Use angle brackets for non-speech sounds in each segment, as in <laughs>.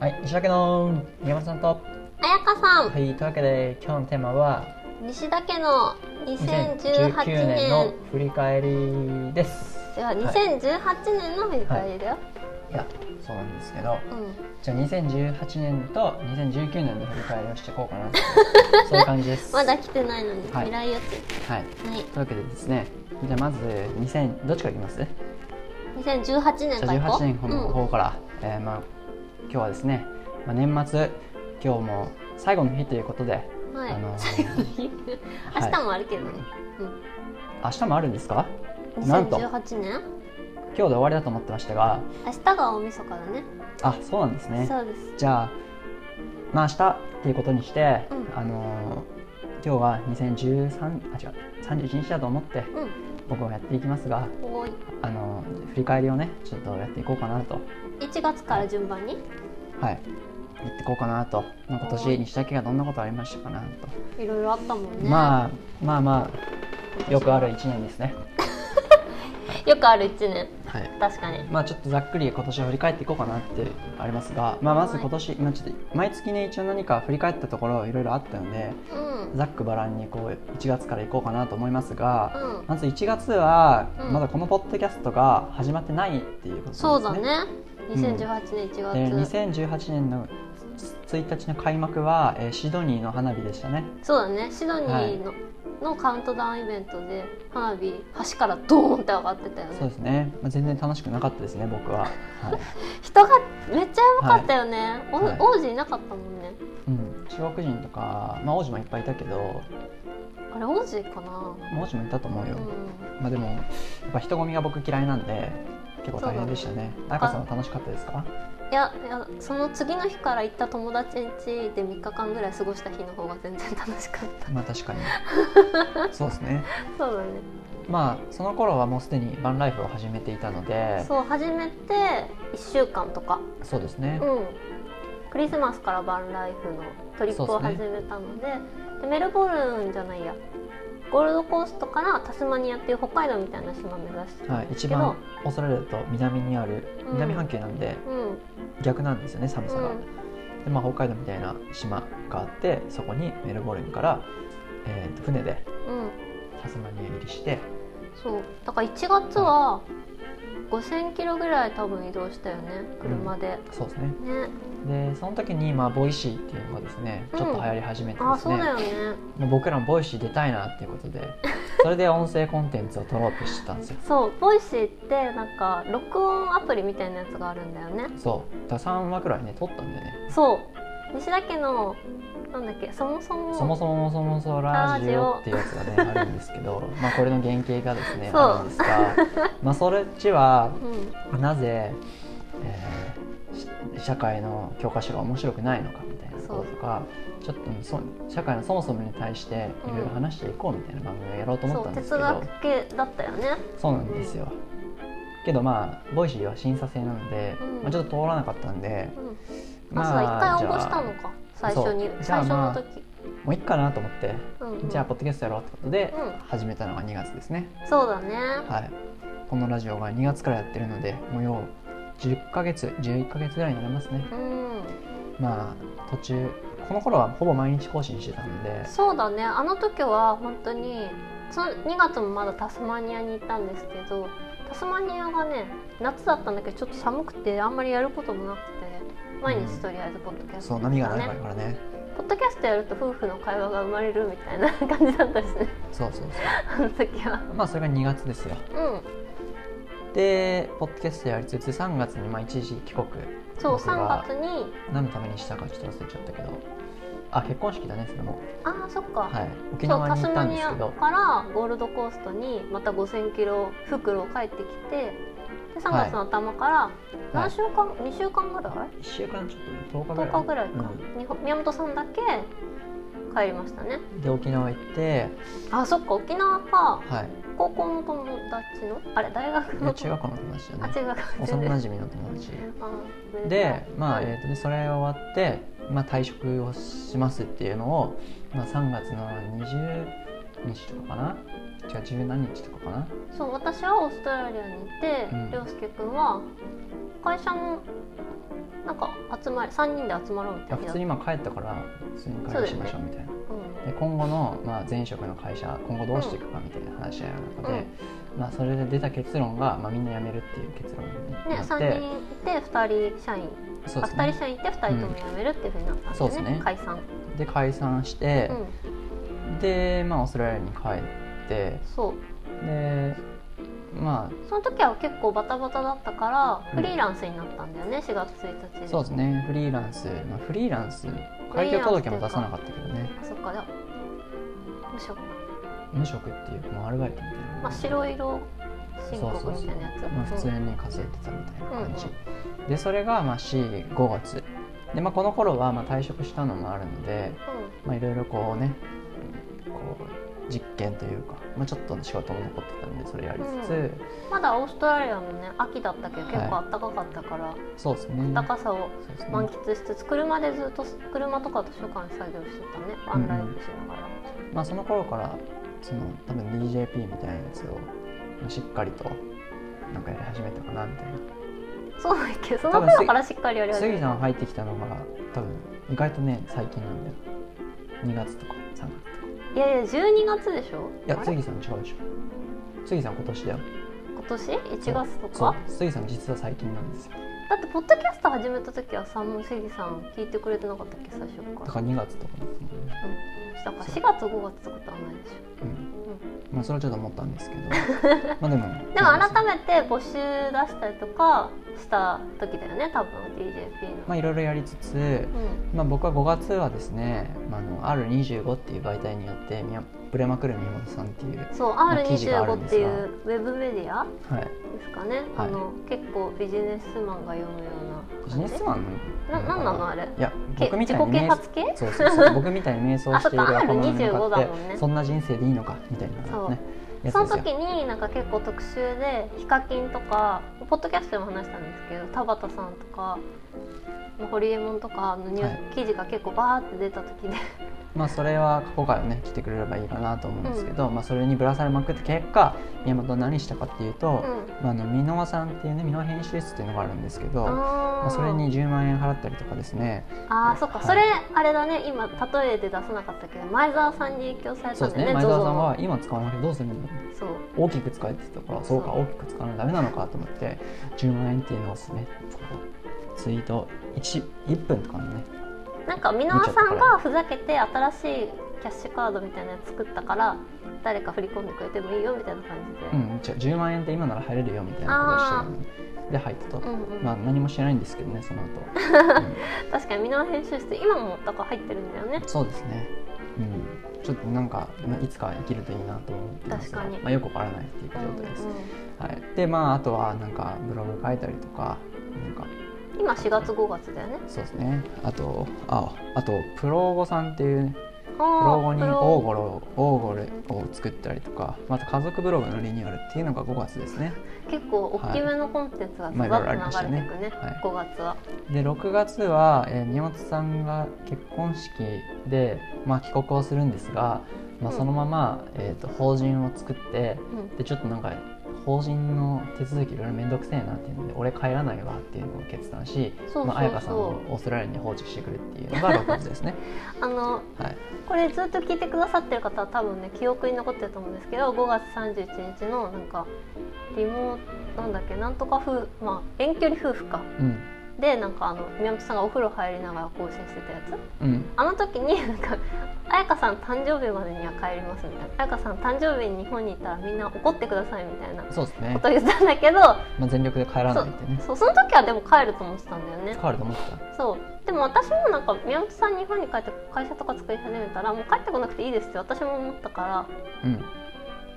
はい、石垣の山田さんと。あやかさん、はい、というわけで今日のテーマは西田家の2018 2019年年の振り返りです。では2018年の振り返りだよ、いや、そうなんですけど、うんじゃあ2018年と2019年の振り返りをしていこうか <laughs> な。そういう感じです。まはだ来てないのにはい未来予定い。はいというわけでですね、じゃあまず2000どっちからいきます？ 2018年じゃかあら行18こう年の方から、えーまあ今日はですね、まあ年末今日も最後の日ということで、うんはいあのー最後の日明日もあるけどね、明日もあるんですか？うん、なんと2018年今日で終わりだと思ってましたが、明日が大晦日だねあ、そうなんですね。そうですじゃあ、まあ明日っていうことにして、うんあのー今日は2013あ違う31日だと思ってうん僕はやっていきますが、おいあのー振り返りをねちょっとやっていこうかなと、 1月から順番にはい、やっていこうかなと、まあ、今はい年西田家がどんなことありましたかなと、いろいろあったもんね、まあまあまあよくある1年ですね。よくある1年はい確かにまあちょっとざっくり今年を振り返っていこうかなってありますが、まあ、まず今年、まあ、ちょっと毎月ね一応何か振り返ったところいろいろあったので、うんざっくばらんにこう1月から行こうかなと思いますが、うんまず1月はうんまだこのポッドキャストが始まってないっていうことですね。そうだね2018年で1月、 2018年の1日の開幕は、えーシドニーの花火でしたね。そうだねシドニーの,、のカウントダウンイベントで花火橋からドーンって上がってたよそうねですね。まあ、全然楽しくなかったですね僕 <laughs> は。はい。人がめっちゃやばかったよね、おはい王子いなかったもんねうん。中国人とかまあ王子もいっぱいいたけど、あれ王子かなまあ王子もいたと思ううよ。んまあでもやっぱ人混みが僕嫌いなんで結構大変でしたね。あやかさんは楽しかったですか？いやいやその次の日から行った友達ん家で3日間ぐらい過ごした日の方が全然楽しかったまあ確か <laughs> に。そうですね。そうだねまあその頃はもうすでにバンライフを始めていたのでそう初めて1週間とかそうですね、うん、クリスマスからバンライフのトリップを始めたので,、でメルボルンじゃないやゴールドコーストからタスマニアっていう北海道みたいな島目指してはい、一番オーストラリアだと南にあるうん南半球なんでうん逆なんですよね寒さが、うでまあ、北海道みたいな島があってそこにメルボルンから、えーと船でん、うん、タスマニア入りしてそうだから1月は5000キロぐらい多分移動したよね車で、そうですねねでその時に、まあ、ボイシーっていうのがですねちょっと流行り始めてあであすそうねだ、よねもう僕らもボイシー出たいなっていうことでそれで音声コンテンツを撮ろうとしてたんですよそうボイシーってなんか録音アプリみたいなやつがあるんだよねそうだから3話くらいね撮ったんだよねそう西田家のなんだっけそもそもそもそもそもそもラジオっていうやつがねあるんですけど、 <laughs> まあこれの原型がですねそうあるんですが、 <laughs> まあそれっちはうんなぜ、えーし社会の教科書が面白くないのかみたいなこととか、ちょっとうんそ社会のそもそもに対していろいろ話していこうみたいな番組をやろうと思そったうんです哲けど、学系だったよねそうなんですよ。けどまあボイシーは審査制なので、うんまあちょっと通らなかったんで、うんあ、そうまだ一回応募じしゃたのか最初そにうじゃ最あ初まのあ時、もういっかなと思って、うんうんじゃあポッドキャストやろうってことでうん始めたのが2月ですね。そうだね、はい、このラジオが2月からやってるのでもうよう10ヶ月11ヶ月ぐらいになりますねうんまあ途中この頃はほぼ毎日更新してたのでそうだねあの時は本当にその2月もまだタスマニアに行ったんですけどタスマニアがね夏だったんだけどちょっと寒くてあんまりやることもなくて毎日とりあえずポッドキャストそうやってた波ね、が長いからねポッドキャストやると夫婦の会話が生まれるみたいな感じだったしねそうそうあの時はそうまあそれが2月ですようんでポッドキャストやりつつ3月にまあ一時帰国そう僕3は月に何のためにしたかちょっと忘れちゃったけどあ結婚式だねそれもああそっか、はい沖そう縄タにス行ったマんでニすアけどからゴールドコーストにまた5000キロ袋を帰ってきてで3月の頭からは何い週間、2週間ぐらい1週間ちょっと10日ぐらい10日ぐらいか、う日本宮本さんだけ帰りましたねんで沖縄行ってあそっか沖縄かはい高校の友達のあれ大学での中学校の友達だあね中学の幼友な達じみの友達あーでまあ、うんえー、とでそれ終わって、まあ、退職をしますっていうのを、まあ、3月の20日とかかな違う十何日とかかなそう私はオーストラリアにいてうん涼介君は会社のなんか集まり3人で集まろうみたい普な通にまあ帰ったから普通に会話しましょうみたいな、で今後の、まあ、前職の会社今後どうしていくかみたいな話し合いの中で、まあ、それで出た結論が、まあ、みんな辞めるっていう結論になうん、っねて、 3人いて2人社員、そうあです2人ね社員いて2人とも辞めるっていうふうになったんですそうよでね,、すね解散、で解散してう、ん、で、まあ、オーストラリアに帰ってそうでまその時は結構バタバタだったからうんフリーランスになったんだよね4月1日あにそうですねフリーランス、まあ、フリーランス開業届も出さなかったけどねあそっかでも無職無職っていうもうアルバイトみたいな、まあ白色申そう告そうみそうたいなやつまあ、普通に稼いでたみたいな感じ、でそれがまあ45月で、まあ、この頃はまあ退職したのもあるのでまあいろいろこうねこう実験というか、まあ、ちょっと仕事も残ってたのでそれやりつつ、ううんまだオーストラリアもね秋だったけど結構暖かかったから、そうですね暖かさをそうですね満喫しつつ車でずっと車とか図書館で作業してたねワンライブしながら、まあ、その頃からその多分 DJP みたいなやつをまあしっかりとなんかやり始めたかなみたいなそうだっけそ多の分頃からしっかりやり始杉めさたん入ってきたのが多分意外とね最近なんだよ2月とか3月いやいや12月でしょいやあれ杉さん違うでしょ杉さん今年だよ今年1月とそうか杉さん実は最近なんですよだってポッドキャスト始めた時はさもう杉さん聞いてくれてなかったっけ最初かだらから2月とかですもんね、だから4月5月とかってあんまりでしょうんまあ、それはちょっと思ったん <laughs> ですけどまあでもでも改めて募集出したりとかした時だよね多分 DJP の、まあいろいろやりつつ、うんまあ、僕は5月はですね、まあ、あの R25 っていう媒体によってみやブレまくる宮本さんっていう、はそうあ記事があるん R25 でってすいがうウェブメディアい、ですかね、あの結構ビジネスマンが読むようビなジ感ネじスマンななんなのあれいやけ僕みた自い己に啓瞑想発系そうそうそう僕みたいに <laughs> 瞑想しているあそっか若者に向 R25 かだってもんねそんな人生でいいのかみたいなねそうやつそでのすよ時になんか結構特集でヒカキンとかポッドキャストでも話したんですけど田畑さんとかホリエモンとかのニュース、記事が結構バーって出た <laughs> 時でまあそれは過去回をね来てくれればいいかなと思うんですけど、まあそれにぶらされまくって結果宮本は何したかっていうと、うんまあ、あの箕輪さんっていうね箕輪編集室っていうのがあるんですけど、まああ、それに10万円払ったりとかですねあーそっか、はいそれあれだね今例えで出さなかったけど前澤さんに影響されそたうんですだねよね前ゾ澤ゾさんのは今使わなくてどうするんだろうそう大きく使えって言ってたからそうかそう大きく使わないとダメなのかと思って10万円っていうのをですねこうツイート 1, 1分とかのねなんか箕輪さんがふざけて新しいキャッシュカードみたいなやつ作ったから誰か振り込んでくれてもいいよみたいな感じで、うん、じゃあ10万円って今なら入れるよみたいなことをしてたので入ってた、うんうんまあ何もしてないんですけどねその <laughs> 後、確かに箕輪編集室今もだから入ってるんだよねうんそうですね、うん、ちょっとなんかまあいつか生きるといいなと思ってますが確かにまあ、よくわからないっていう状態です、はい、でまああとはなんかブログ書いたりとかなんかうんうん今4月5月だよねそうですねあとああとプロゴさんっていう、ね、ププロゴにオーゴゴロオーゴルを作ったりとかまた家族ブログのリニューアルっていうのが5月ですね結構大きめのコンテンツがずはばいっまあいろいろありまとした流ねれていくねはい5月はで6月は、えー宮本さんが結婚式で、まあ、帰国をするんですが、まあ、うんそのまま、えー、と法人を作ってうんでちょっとなんか法人の手続きいろいろ面倒くせえなっていうので俺帰らないわっていうのを決断しそうそうそうまあ、彩香さんをオーストラリアに放置してくるっていうの <laughs> が6月ですね、あのはい、これずっと聞いてくださってる方は多分ね記憶に残ってると思うんですけど5月31日のなんかリモートなんだっけなんとか夫婦まあ遠距離夫婦かうんでなんかあの宮本さんがお風呂入りながら更新してたやつうんあの時になんか彩香さん誕生日までには帰りますみたいな彩香さん誕生日に日本にいたらみんな怒ってくださいみたいなそうですねこ、とを言ったんだけどまあ、全力で帰らないってねそうその時はでも帰ると思ってたんだよね帰ると思ってたそうでも私もなんか宮本さん日本に帰って会社とか作り始めたらもう帰ってこなくていいですって私も思ったかうら、ん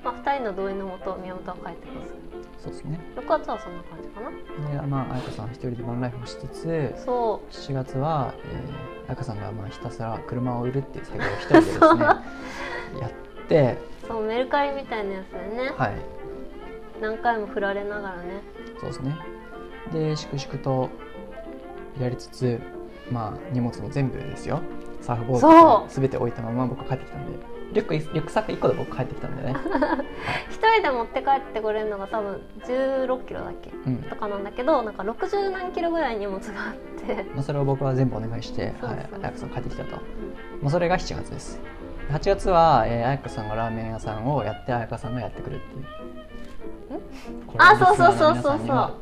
まあ、2人の同意のもと宮本は帰ってますそうですね6月はそんな感じかなでまあ彩香さん一人でワンライフをしつつそ7月は、えー、彩香さんがまあひたすら車を売るっていう作業を一人でですねやってうそうメルカリみたいなやつでね、はい何回も振られながらねそうですねで粛々とやりつつまあ荷物も全部ですよサーフボードそうも全て置いたまま僕は帰ってきたんでリュックリュックサック1個で僕帰ってきたんでね、一人で持って帰ってくれるのが多分1 6キロだっけうんとかなんだけどなんか60何キロぐらい荷物があってまあ、それを僕は全部お願いしてそうそうはい綾子さん帰ってきたと、まあ、それが7月です8月は、えー、彩子さんがラーメン屋さんをやって彩子さんがやってくるっていうんこれあリスナーのそうそうそうそうそう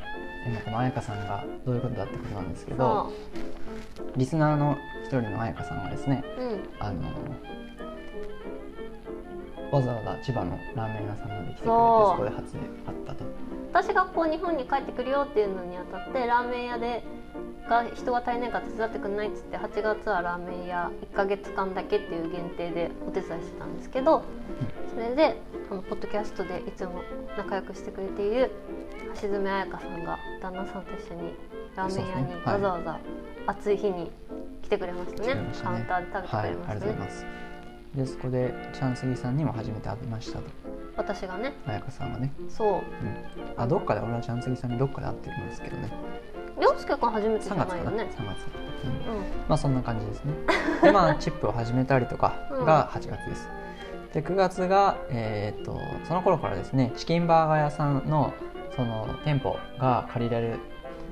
皆さんには今この彩香さんがどういうことだってことなんですけどそリスナーの一人の彩香さんがですねううんあのわざわざ千葉のラーメン屋さんまで来てくれてそそうこで初で会ったと私がこう日本に帰ってくるよっていうのにあたってラーメン屋でが人が足りないから手伝ってくんないっつって8月はラーメン屋1ヶ月間だけっていう限定でお手伝いしてたんですけどそれであのポッドキャストでいつも仲良くしてくれている橋爪彩香さんが旦那さんと一緒にラーメン屋そうですねにはわいざわざ暑い日に来てくれました来てねくれましたカウンターで食べてくはいあれりまがとうござしたいね、ますでそこでチャンスギさんにも初めて会いましたと私がね彩香さんはね、そうん、あどっかで俺はチャンスギさんにどっかで会ってるんですけどねう涼介君初めてじゃ3月なかいな3よね月、うんうんまあそんな感じですね。でま <laughs> あチップを始めたりとかが8月です。で9月が、えーっとその頃からですねチキンバーガー屋さんのその店舗が借りられる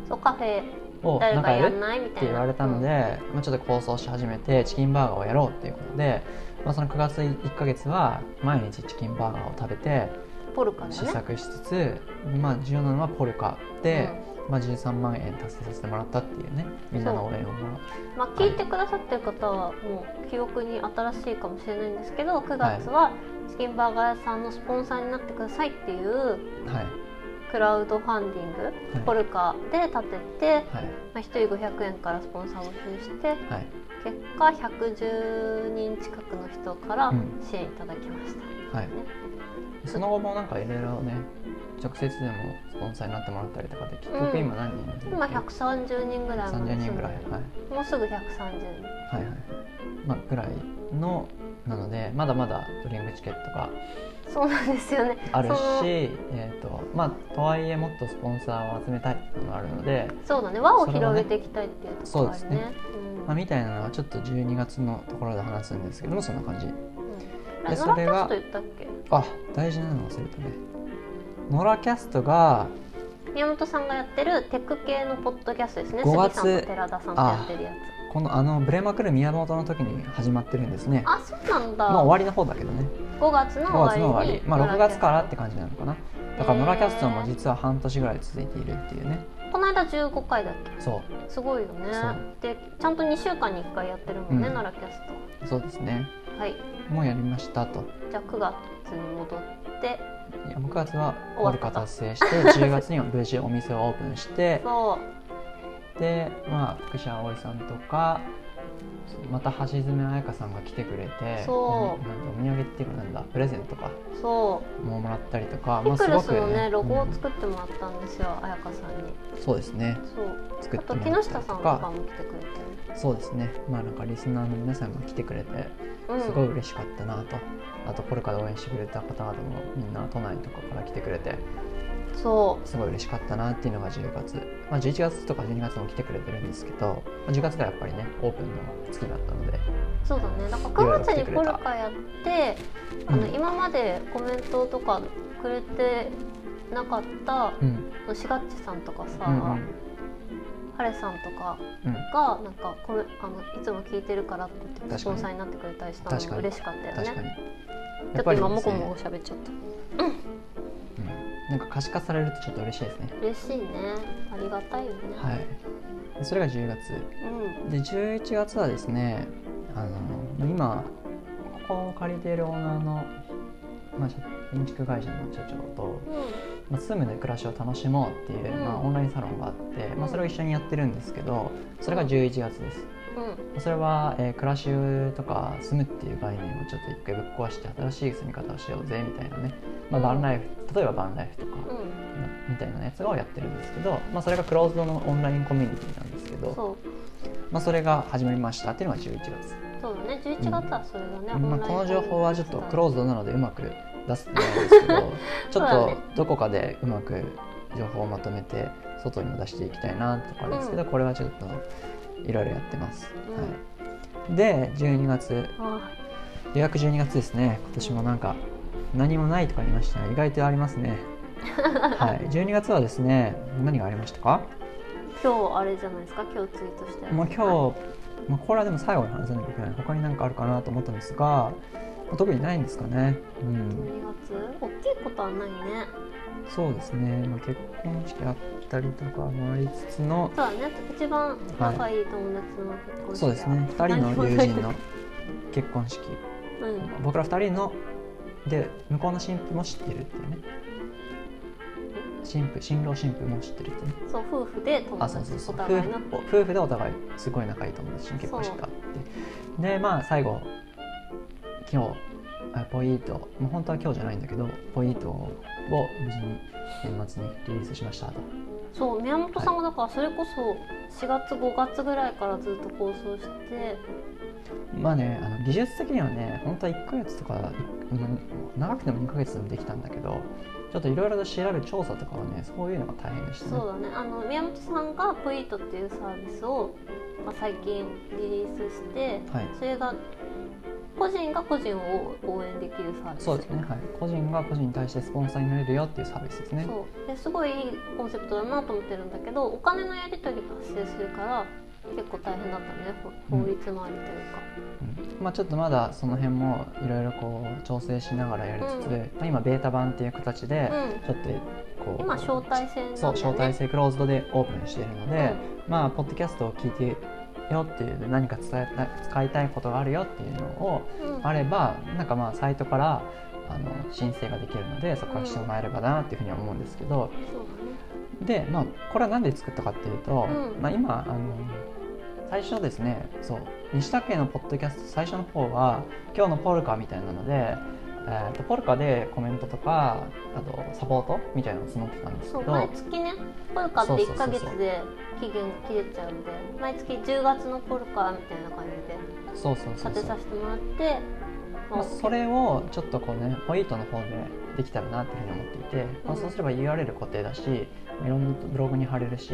そうカフェをな誰んかかややんるないみったていな言われたので、まあ、ちょっと構想し始めてチキンバーガーをやろうっていうことで、まあ、その9月1か月は毎日チキンバーガーを食べてうんポルカのね試作しつつ、まあ、重要なのはポルカで、まあ、13万円達成させてもらったっていうねみんなの応援をうんまあ、聞いてくださってる方はもう記憶に新しいかもしれないんですけど9月はチキンバーガー屋さんのスポンサーになってくださいっていうはいクラウドファンディング、ポルカで立てて、はいまあ、1人500円からスポンサーを募集してはい結果110人近くの人からうん支援いただきました、はい、その後もなんかいろいろね直接でもスポンサーになってもらったりとかで結局今何人いるんだ今っけ130人ぐらいまで30人ぐらい、はい、もうすぐ130人はいはいまあぐらいのなのでまだまだドリンクチケットがそうなんですよねあるしそのえー、とまあとはいえもっとスポンサーを集めたいっていうのがあるので、そうだね輪をそれは広ねげていきたいっていうところがあるねうんまあ、みたいなのはちょっと12月のところで話すんですけどもそんな感じうん、であそれはノラキャスト言ったっけあ大事なの忘れたねノラキャストが宮本さんがやってるテック系のポッドキャストですね5月杉さんと寺田さんとやってるやつこのあのブレまくる宮本の時に始まってるんですねあそうなんだまあ終わりの方だけどね5月の5月終のわ終わりにり、まあ、6月からって感じなのかなだから「へーノラキャスト」も実は半年ぐらい続いているっていうねこの間15回だっそけすごいよねそうでちゃんと2週間に1回やってるもんね、うんノラキャストうそうですねはいもうやりましたとじゃあ9月に戻っていや6月は終わっルたカ達成して10月には無事お店をオープンしてそうでまあ福士葵さんとかまた橋爪彩香さんが来てくれてそうおなんかお土産っていうかなんだプレゼントかそももらったりとか、うピクルスすごのくねロゴをうん作ってもらったんですよ彩香さんにそうですねそう作あってとも木らった下りさんととかかも来てくれてそうですねまあなんかリスナーの皆さんが来てくれてる、うん、すごい嬉しかったなと、あとポルカで応援してくれた方々もみんな都内とかから来てくれてそうすごい嬉しかったなっていうのが10月、まあ、11月とか12月も来てくれてるんですけど、まあ、10月がやっぱりねオープンの月だったのでそうだね。だかいろいらろ来9月てにくれたポルカやって、あうのん今までコメントとかくれてなかったうんしがっちさんとかさ、うんうんハレさんとかうんがなんかこれあのいつも聞いてるからって言確かってにスポンサーになってくれたりしたの確かに嬉しかったよね。確かにちょっと今もですこねもこ喋っちゃった。うん、なんか可視化されるとちょっと嬉しいですね嬉しいね。ありがたいよね。はいでそれが10月うん。で11月はですねあの今ここを借りているオーナーの、まあ、建築会社の社長とうん。まあ、住むで暮らしを楽しもうっていう、うんまあ、オンラインサロンがあって、まあ、それを一緒にやってるんですけどそれが11月ですそれは、えー暮らしとか住むっていう概念をちょっと一回ぶっ壊して新しい住み方をしようぜみたいなね、まあ、うんバンライフ例えばバンライフとかうん。うん。みたいなやつをやってるんですけど、まあ、それがクローズドのオンラインコミュニティなんですけど、そう。まあ、それが始まりましたっていうのが11月、そうだね。11月はそれまだね。あ、オンラインこの情報はちょっとクローズドなのでうまく出せてないんですけどちそうょっだとねどこかでうまく情報をまとめて外にも出していきたいなとかあるんですけど、これはちょっといろいろやってます、うんはい、で12月あ留学12月ですね今年もなんか何もないとか言いましたが意外とありますねはい12月はですね何がありましたか今日あれじゃないですか今日ツイートしたやつまあ、今日、まあ、これはでも最後に話さなきゃいけない他に何かあるかなと思ったんですが、まあ特にないんですかねうん12月大きいことはないねそうですね、まあ、結婚式あったりとかもありつつのそうだね一番仲いい友達の結婚式、そうですね2人の友人の結婚式うん僕ら2人ので向こうの新婦も知ってるっていうね新婦新郎新婦も知ってるっていうねそう夫婦で友あ達そうそうそうお夫互い婦の夫婦でお互いすごい仲いい友達の結婚式があってでまあ最後今日あポイートもう本当は今日じゃないんだけどポイートを無事に年末にリリースしましたとそう宮本さんがだからそれこそ4月5月ぐらいからずっと構想してまあねあの技術的にはね本当は1ヶ月とかいうん長くても2ヶ月でもできたんだけどちょっといろいろと調べ調査とかはねそういうのが大変でしたねそうだねあの宮本さんがプイートっていうサービスを、まあ、最近リリースしてはいそれが個人が個人を応援できるサービスそうですね、はい、個人が個人に対してスポンサーになれるよっていうサービスですねそうですごいいいコンセプトだなと思ってるんだけどお金のやり取りが発生するから結構大変だったね法法律周りというか、うんまあ、ちょっとまだその辺もいろいろこう調整しながらやりつつ、うんまあ今ベータ版っていう形でうんちょっとこう今招待制なんだそうよね招待制クローズドでオープンしているので、まあポッドキャストを聞いてよっていう何か伝えたい使いたいことがあるよっていうのをうんあればなんかまあサイトからあの申請ができるのでそこからしてもらえればなっていうふうには思うんですけど、そうだねで、まあ、これは何で作ったかっていうと、うんまあ、今あの最初ですねそう西田家のポッドキャスト最初の方は今日のポルカみたいなので、えー、とポルカでコメントとかあとサポートみたいなのを募ってたんですそけうど毎月ねポルカってそうそう1そうヶそう月で期限が切れちゃうんで毎月10月のポルカみたいな感じでそうそうそう立てそうさせてもらってまあ、まあそれをちょっとこうねポイントの方でできたらなっていうふうに思っていて、まあ、そうすれば URL 固定だしいろんなブログに貼れるし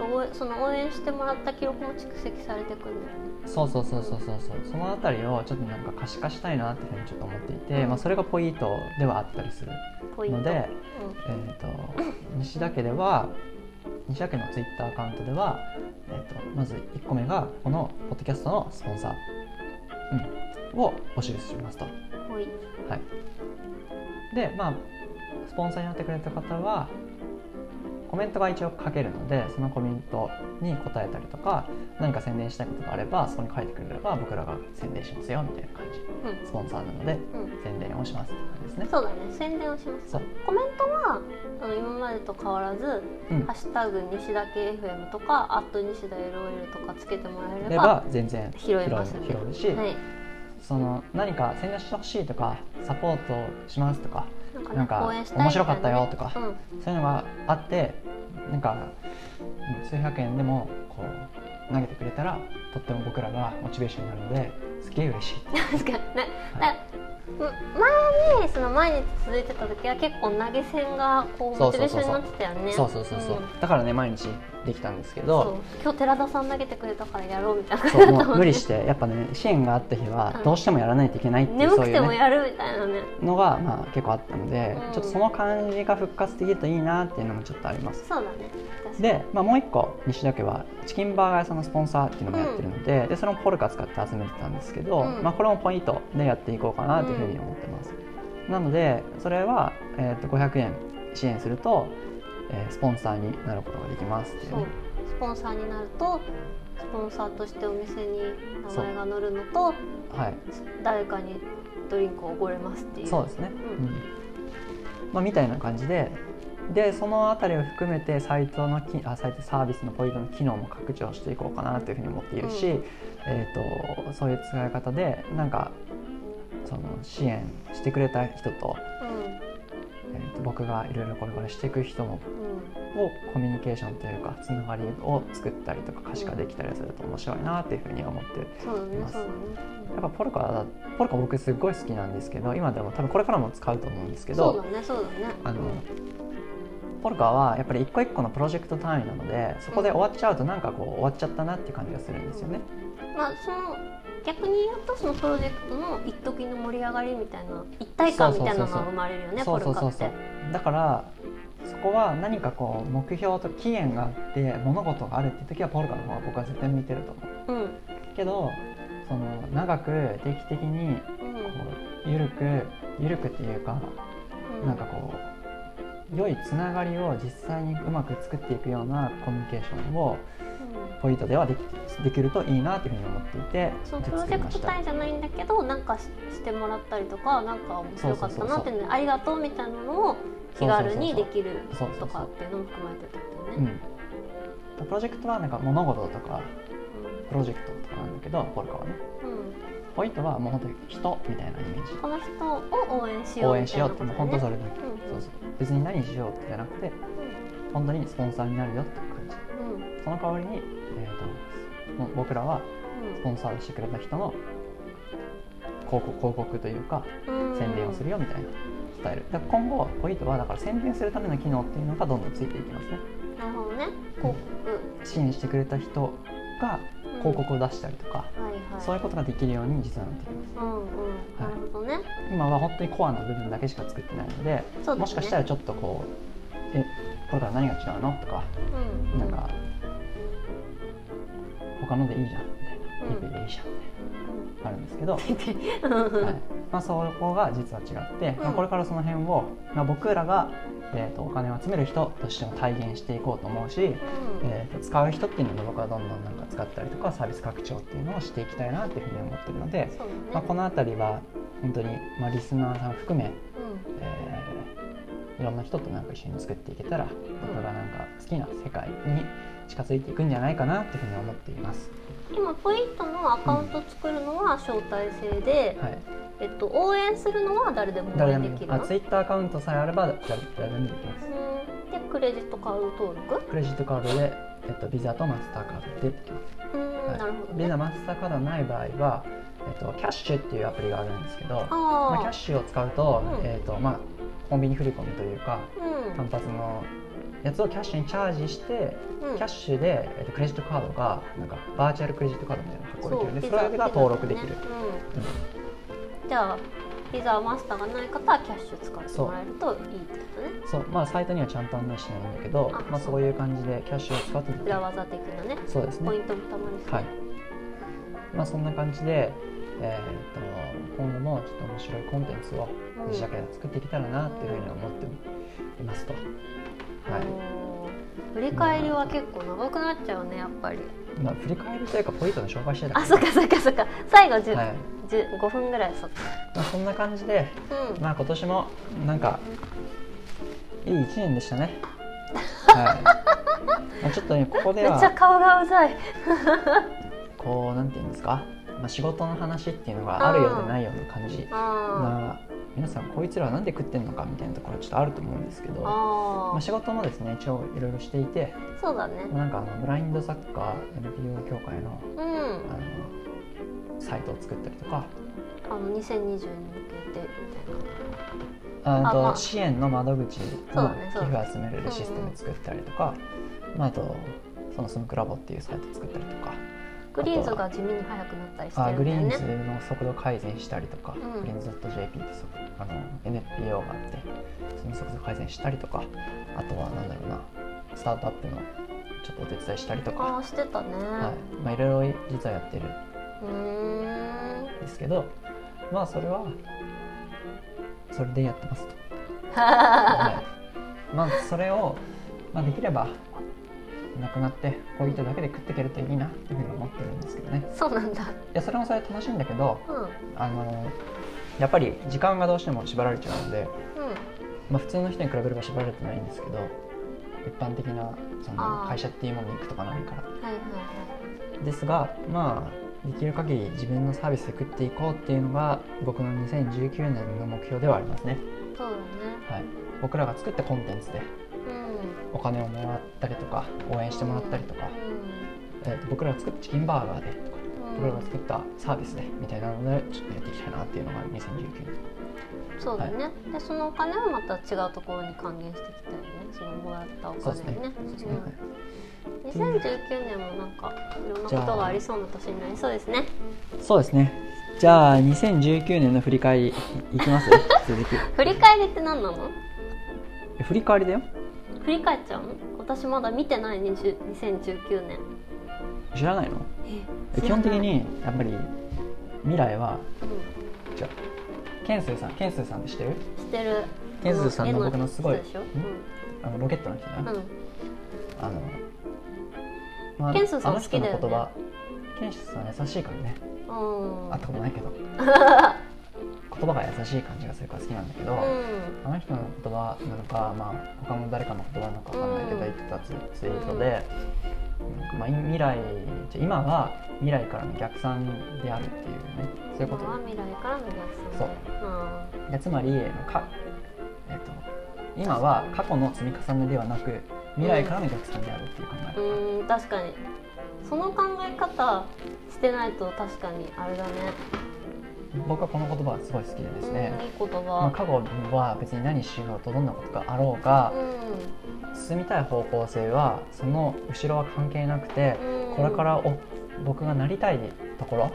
応援その応援してもらった記録も蓄積されてくんだよねそうそうそうそうそうそうそのあたりをちょっとなんか可視化したいなっていうふうにちょっと思っていて、まあ、それがポイントではあったりするポインのト、うん、で、えー、と西田家では西田家のツイッターアカウントでは、えー、とまず1個目がこのポッドキャストのスポンサー、うん、を募集しますと。ポインはい、でまあスポンサーになってくれた方はコメントが一応書けるのでそのコメントに答えたりとか何か宣伝したいことがあればそこに書いてくれれば僕らが宣伝しますよみたいな感じトスポンサーなのでうんうん宣伝をしますって感じですね。そうだね宣伝をしますそうコメントはあの今までと変わらず「うんハッシュタグ西田系 FM」とか「アット西田 LOL」とかつけてもらえれればば全然拾えますね拾えるし、はいその何か宣伝してほしいとかサポートしますとかなんか,、ね、なんか応援したい面みい白なかねったよとかうんそういうのがあってなんかうん数百円でもこう投げてくれたらとっても僕らがモチベーションになるのですげえ嬉しい、確かにね、はいだむ前にその毎日続いてた時は結構投げ銭がこうそモうチそベうーショそうそうンになってたよねそうそうそうそう、んだからね毎日できたんですけそうど今日寺田さん投げてくれたからやろうみたいなそうもう無理してやっぱね支援があった日はどうしてもやらないといけないっていう、 <laughs> 眠そうくいてう、もね、やるみたいなねのが、まあ、結構あったので、うんちょっとその感じが復活できるといいなっていうのもちょっとありますそうだね確かにで、まあ、もう一個西田家はチキンバーガー屋さんのスポンサーっていうのもやってるので,、でそれもポルカ使って集めてたんですけど、うんまあ、これもポイントでやっていこうかなというふうに思ってます、なのでそれは、えー、と500円支援すると、えースポンサーになることができますっていうそうねスポンサーになるとスポンサーとしてお店に名前が載るのとはい誰かにドリンクをおごれますっていうそうですね、うんうんまあ、みたいな感じででそのあたりを含めてサイトのきあサイトサービスのポイントの機能も拡張していこうかなというふうに思っているし、うえー、とそういう使い方でなんかその支援してくれた人と,、えーと僕がいろいろこれからしていく人もうんうんをコミュニケーションというかつながりを作ったりとか可視化できたりすると面白いなというふうに思ってそうだねそうだねやっぱポルカはポルカ僕すごい好きなんですけど今でも多分これからも使うと思うんですうけんどそうだねそうだねあのポルカはやっぱり一個一個のプロジェクト単位なのでそこで終わっちゃうとなんかこう終わっちゃったなっていう感じがするんですよね。まあ、その逆に言うとそのプロジェクトの一時の盛り上がりみたいな一体感みたいなのが生まれるよねそうポそルうカそうっそうて。だからそこは何かこう目標と期限があって物事があるって時はポルカの方が僕は絶対向いてると思ううんうんけどその長く定期的にこう緩く緩くっていうかうんなんかこう良いつながりを実際にうまく作っていくようなコミュニケーションをうんポイントではできできるといいなというふうに思っていてそのプロジェクト単位じゃないんだけどなんかししてもらったりとかなんか面白かったなっていうのでありがとうみたいなのを気軽にできるそうそとうそかっう、ていうのも含まれてたんだようね。ん、プロジェクトはなんか物事とかうんプロジェクトとかなんだけどポルカはねうんポイントはもう本当に人みたいなイメージこの人を応援しよう応援しようってもう本当それれだけ、そうそう別に何しようってじゃなくて本当にスポンサーになるよっていう感じうんうんその代わりに、えー、ともう僕らはスポンサーしてくれた人の広告広告というかうんうん宣伝をするよみたいなスタイルだから今後ポイントはだから宣伝するための機能っていうのがどんどんついていきますねなるほどね広支援してくれた人が告うん広告を出したりとか、はいはいそういうことができるように実はなっていきまうんうんなるほどねす今は本当にコアな部分だけしか作ってないのでそうだねもしかしたらちょっとこう「えこれから何が違うの?」とか「うんなんか他のでいいじゃん」みたいうんな「リプでいいじゃん」みたいなあるんですけど、うんはいまあ、そこが実は違って、まあうんこれからその辺を、まあ、僕らが、えー、とお金を集める人としても体現していこうと思うし、えー、と使う人っていうのも僕はどんどんなんか使ったりとかサービス拡張っていうのをしていきたいなっていうふうに思ってるので、そうまだあ、こねの辺りは本当に、まあ、リスナーさん含め、うんえーいろんな人となんか一緒に作っていけたら僕がなんか好きな世界に近づいていくんじゃないかなっていうふうに思っています。今ポイントのアカウント作るのは招待制ではいえっと応援するのは誰でも応誰で援でもきるのあツイッターアカウントさえあれば誰誰でもできます。うんでクレジットカード登録クレジットカードで、えっと、ビザとマスターカードでできます、うんなるほどビねザマスターカードない場合は、えっと、キャッシュっていうアプリがあるんですけどまあ、キャッあシュを使うと,、うんえっとまあ、コンビニ振り込みというかあうん単発のやつをキャッシュにチャージしてうんキャッシュで、えっと、クレジットカードがなんかバーチャルクレジットカードみたいなの発行できるんでそれだけが登録できる、うん、じゃあビザマスターがない方はキャッシュ使ってもらえるといいってことねそうまあサイトにはちゃんと案内しないんだけどあまあ、そういう感じでキャッシュを使うとできる裏技的なねそうですねポイントもたまにするはい。まあそんな感じで、えー、と今後もちょっと面白いコンテンツをうん西社会で作っていけたらなっていうふうに思っていますと。はあい。のー振り返りは結構長くなっちゃうねやっぱりまあ振り返りというかポイントの紹介してたあそっかそっかそっか最後10、はい。 10 5分ぐらいそっかまあそんな感じで、うんまあ今年もなんかいい一年でしたね。 <laughs> はい。まあちょっとねここでめっちゃは顔がうざいこうなんて言うんですか、まあ仕事の話っていうのがあるようでないような感じ。あまあ皆さんこいつらはなんで食ってんのかみたいなところちょっとあると思うんですけどーあまあ、ー仕事もですね一応いろいろしていて、そうだねまあなんかあのブラインドサッカー NPO 協会のうあんのサイトを作ったりとかあの2020に向けてみたいなあとまあ支援の窓口そうのだね寄そうだね付集めるシステム作ったりとか、まあ、あとそのスムクラボっていうサイト作ったりとか、グリーンズが地味に速くなったりしてあるグんリだよーンねズの速度改善したりとか、うんグリーンズ .jp ってそあの NPO があってその速度改善したりとかあとはなんだろうなスタートアップのちょっとお手伝いしたりとか、ああしてたね、はいまあ、いろいろ実はやってるんうーんですけどまあそれはそれでやってますと、はいまあそれを、まあ、できればなくなってこういっただけで食っていけるといいなっていうふうに思ってるんですけどねそうなんだ。いやそれもそれで楽しいんだけどうん。うん。あのやっぱり時間がどうしても縛られちゃうので、まあ、普通の人に比べれば縛られてないんですけど一般的なそあのー会社っていうものに行くとかないからはいはいはい。ですがまあできる限り自分のサービスで食っていこうっていうのが僕の2019年の目標ではありますね、そうだね。はい、僕らが作ったコンテンツでうん。お金をもらったりとか応援してもらったりとかう、えーと僕らが作ったチキンバーガーでとかん。僕らが作ったサービスでみたいなのでちょっとやっていきたいなっていうのが2019年うんそうだね。でそのお金をまた違うところに還元していきたいよね。そのもらったおそう金ですをねね。そうですね、はい2019年もなんかいろんなことがありそうな年になりそうですねそうですねじゃあ2019年の振り返りいいきます <laughs> 続き振り返りって何なのえ振り返りだよ振り返っちゃうの私まだ見てない20 2019年知らないのえ基本的、知らないにやっぱり未来はうじゃケンスーさんケンスーさんって知ってるん、してるケンスーさんの僕のすごい絵人でしょ、あのロケットの人うねんうん、あの、まあケンスーさんあの人の好きだ言よ葉ケンスーさん優しいからねうん会ったことない <laughs> けど言葉が優しい感じがするから好きなんだけど、うんあの人の言葉なのか、まあ、他の誰かの言葉なのかわかんないけど、うん言ってたツツイートで、うんまあ、い未来じゃ今は未来からの逆算であるっていうねそういうこ今はと未来からの逆算そうでつまりか、えっと今は過去の積み重ねではなく未来からの逆算であるっていう考えう方、んうん確かにその考え方してないと確かにあれだね僕はこの言葉はすごい好きでですねうん、いい言まあ、葉、過去は別に何しようとどんなことがあろうがう進みたい方向性はその後ろは関係なくてんうん、これからお僕がなりたいところ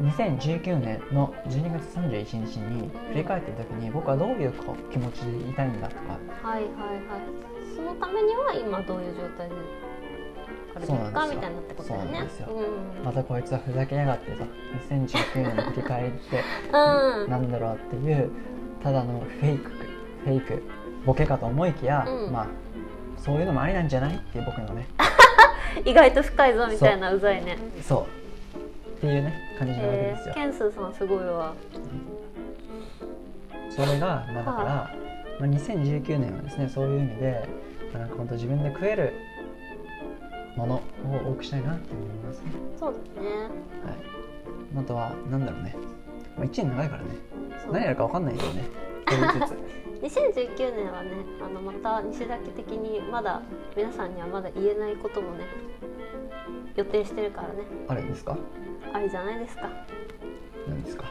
うん2019年の12月31日に振り返ってる時に僕はどういうこ気持ちでいたいんだとかはいはいはいそのためには今どういう状態でこれそうな結果んですよみたいなってことだよねそうなんですようんまたこいつはふざけやがってと2019年の振り返りってうんなんだろうっていうただのフェイクフェイクボケかと思いきや、うんまあそういうのもありなんじゃないっていう僕のね意外と深いぞみたいなうざいねそうっていうね感じなわけえですー、よ、ケンスーさんすごいわそれが、まあ、だから、まあ、2019年はですねそういう意味で、まあなんか本当自分で食えるものを多くしたいなって思いますね、そうだねはい、あとはなんだろうね、まあ、1年長いからねそう何やるか分かんないですよね一人ずつ <laughs> 2019年はねあのまた西崎的にまだ皆さんにはまだ言えないこともね予定してるからねあるんですかあれじゃないですか <laughs> 何ですか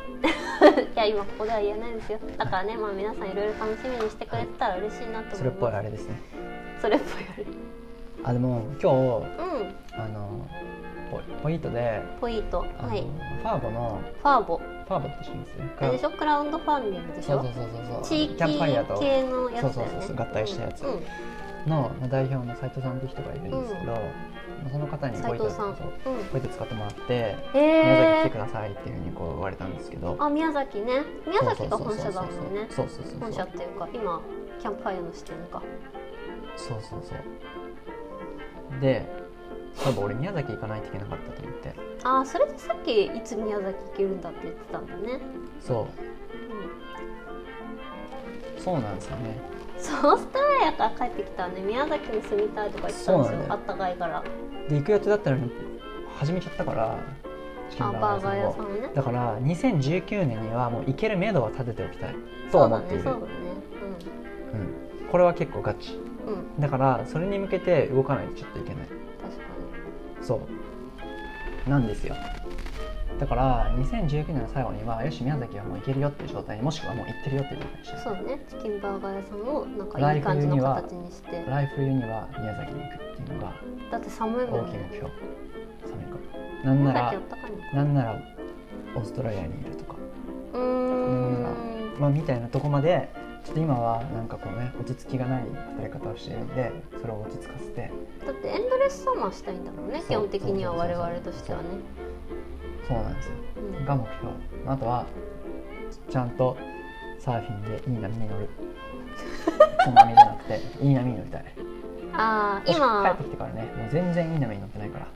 いや今ここでは言えないですよだからねまあ皆さんいろいろ楽しみにしてくれてたら嬉しいなと思いますそれっぽいあれですねそれっぽいあれあでも今日うんあのポポイントでポイントあの、はいファーボのファーボファーボって知ってますあれでしょクラウンドファンディングでしそうょそうそうそうそう地域キャ系ンプファイヤーとのやつだよねそうそうそうそう合体したやつうんの代表の斉藤さんって人がいるんですけど、その方に斉ポイ藤トさんそううんポイト使ってもらってへ宮崎来てえくださいっていうふうにこう言われたんですけどあ宮崎ね宮崎がそう本そうそ社うそだうもんねそうそうそう本そ社うっていうか今キャンプファイヤーの視点かそうそうそうで多分俺宮崎行かないといけなかったと思ってあーそれでさっきいつ宮崎行けるんだって言ってたんだね、そううん、そうなんですよねそうしたらやから帰ってきたね宮崎に住みたいとか言ってたんそうですなんよだよあったかいからで行く予定だったのに始めちゃったからチキあンババーーガガーー屋屋ささんをんねだから2019年にはもう行ける目処は立てておきたいとそう思だっていねるそうだねうん、これは結構ガチうんうんだからそれに向けて動かないとちょっといけない確かそうなんですよだから2019年の最後にはよし宮崎はもう行けるよっていう状態にもしくはもう行ってるよっていう状態にしにてそうねチキンバーガー屋さんをなんかいい感じの形にしてライフユには宮崎に行くっていうのがだって寒いも大んきい目ね標寒いからなんな宮崎あらったかいのなんならオーストラリアにいるとか、うーんまあ、みたいなとこまでちょっと今はなんかこうね落ち着きがない働き方をしているんでそれを落ち着かせてだってエンドレスサマーしたいんだもんねそう基本的にはそうそうそ我うそう々としてはねそうなんですようんが目標あとはちゃんとサーフィンでいい波に乗 <laughs> る小波じゃなくていい波に乗りたいああ帰っ今てきてからねもう全然いい波に乗ってないから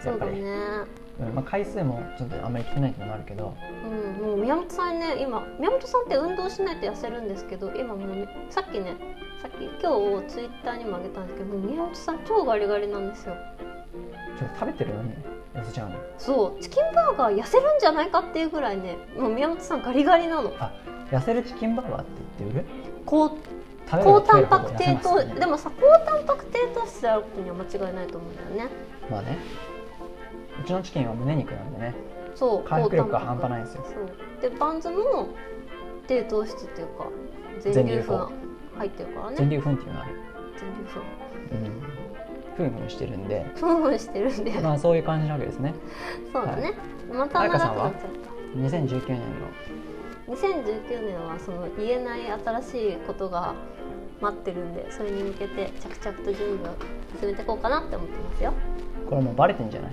そうだやっねぱり、うんまあ、回数もちょっとあんまり来てないってのもあるけどうん、もう宮本さんね今宮本さんって運動しないと痩せるんですけど今もう、ね、さっきねさっき今日ツイッターにもあげたんですけどもう宮本さん超ガリガリなんですよちょっと食べてるのに痩せちゃうのそうチキンバーガー痩せるんじゃないかっていうぐらいねもう宮本さんガリガリなの痩せるチキンバーガーって言ってる高食べれば高食タべンるほパどク痩低せます糖、よねでもさ高タンパク低糖質であることには間違いないと思うんだよねまあねうちのチキンは胸肉なんでねそう回復力が高タン半パク端ないんですよそうでバンズも低糖質っていうか全全粒粒粉粉入ってるからね全粒粉っていうのはある、全粒粉うん、ふんふんしてるんで、ふんふんしてるんでまあそういう感じなわけですね。そうだね、また彩香長さくんはなっちゃった2019年の2019年はその言えない新しいことが待ってるんでそれに向けて着々と準備を進めていこうかなって思ってますよこれもうバレてんじゃない？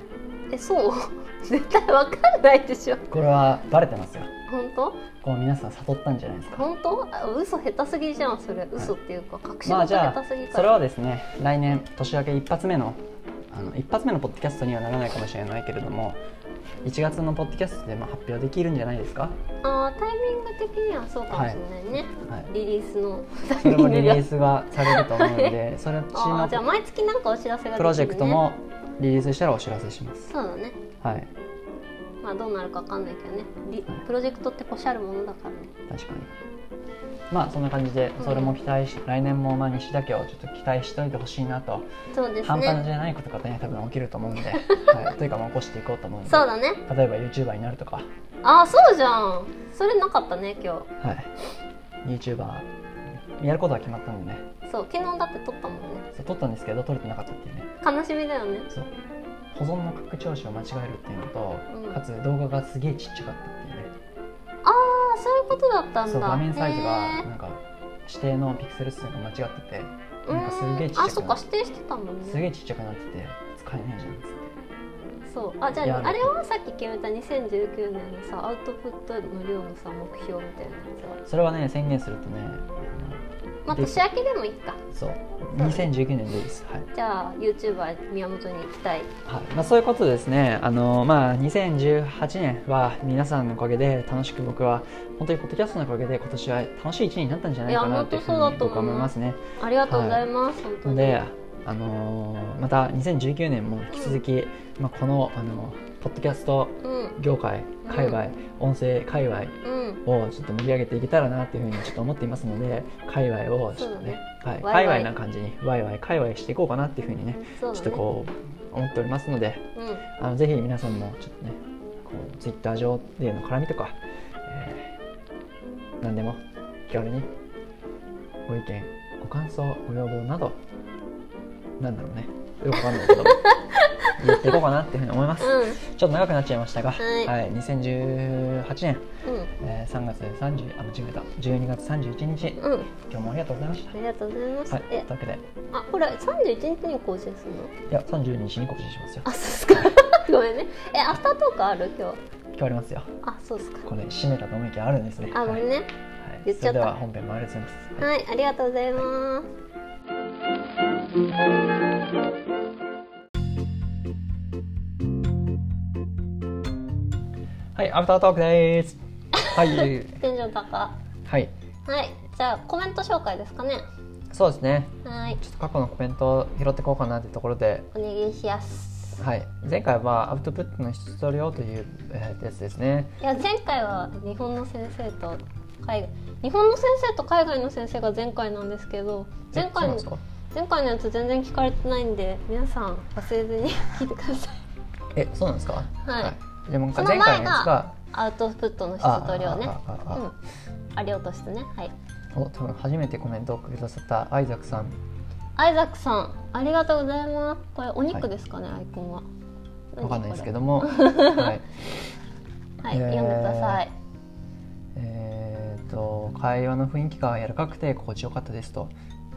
えそう <laughs> 絶対わかんないでしょこれはバレてますよ。本当こう皆さん悟ったんじゃないですか。本当あ嘘下手すぎじゃんそれ嘘っていうか隠し事まあじ下ゃ手すぎあかそれら、はですね来年年明け一発目のあの一発目のポッドキャストにはならないかもしれないけれども1月のポッドキャストでまあ発表できるんじゃないですか、ああータイミング的にはそうかもしれないね、はい、リリースのそれもリリタイミンーグスがされると思うん <laughs> でそれっちがあーじゃあの毎月なんかお知らせができる、ね、プロジェクトもリリースしたらお知らせしますそうだねはいまあどうなるかわかんないけどねリプロジェクトってこしゃるものだからね確かにまあそんな感じでそれも期待し、来年もまあ西田家をちょっと期待しといてほしいなと、そうです半端ねじゃないことがね多分起きると思 <laughs> うんで、はい、というかもう起こしていこうと思うんでそうだね例えば YouTuber になるとかあーそうじゃんそれなかったね今はい、YouTuber やることは決まったんでね日そう昨日だって撮ったもんねそう撮ったんですけど撮れてなかったっていうね悲しみだよねそう保存の拡張子を間違えるっていうのと、うんかつ動画がすげえちっちゃかったっていうねああそういうことだったんだそう画面サイズへがーなんか指定のピクセル数が間違っててうなんかすげえちっちんあゃそくっなかっ指定してたもんすねげえちっちゃくなってて使えないじゃんっつってそうあじゃやあるあれはさっき決めた2019年のさアウトプットの量のさ目標みたいなやつはそれはね宣言するとねまあで年明けでもいいかそう2019年でいいですはいじゃあ YouTuber 宮本に行きたいはいまあ、そういうことでですね、あのまあ、2018年は皆さんのおかげで楽しく僕は本当にポッドキャストのおかげで今年は楽しい1年になったんじゃないかなというふういや本に当そうだと思う僕は思いますね。ありがとうございます、本当のにで、あのまた2019年も引き続き、まあ、この、あのポッドキャストうん業界界隈、音声界隈うんをちょっと盛り上げていけたらなというふうにちょっと思っていますので界隈をちょっとねはい、ワイ界ワイ隈な感じにワイワイ界隈していこうかなっていうふうにねそうちょだっねとこう思っておりますので。うんあのぜひ皆さんもちょっとねこうツイッター上での絡みとか、えー何でも気軽にご意見ご感想ご要望などなんだろうねよくわかんないけ <laughs> ど言っていこうかなっていうふうに思いますちょうんっと長くなっちゃいましたが、はい2018年、うんえー3月30あ間違えた12月31日うん、あ今日もありがとうございましたりがとうございます。はいといえう、わけであ、これ三十一日に更新するの？いや32日に告知しますよあ、そうですか。 <laughs> ごめんね。え、アフタートークある今日？今日ありますよあ、そうですか。これ締めたと思いきやあるんですねあ、ごはめいんね。はい言っちゃそれったでは本編もありがとうございます。はい、ありがとうございます。はい、アフタートークです。はい、テンション高。ははい、い、じゃあコメント紹介ですかね。そうですね。はい、ちょっと過去のコメントを拾っていこうかなというところで、お願いします。はい、前回はアウトプットの質取量というえーやつですね。いや、前回は日本の先生と海外、日本の先生と海外の先生が前回なんですけど、え前そう回なんのですか前回のやつ全然聞かれてないんで、皆さん忘れずに聞いてください。え、そうなんですか。はいでもそ前の前回のがやつが、 <laughs> アウトプットの質あと量ね。ああああうん。あり落としてね。はい。お、多分初めてコメントをくださったアイザクさん。アイザックさん、ありがとうございます。これおは肉いですかね、アイコンは。わかんないですけど。ども、はい。はえい、ー読んでください。えーっと会話の雰囲気が柔らかくて心地よかったですと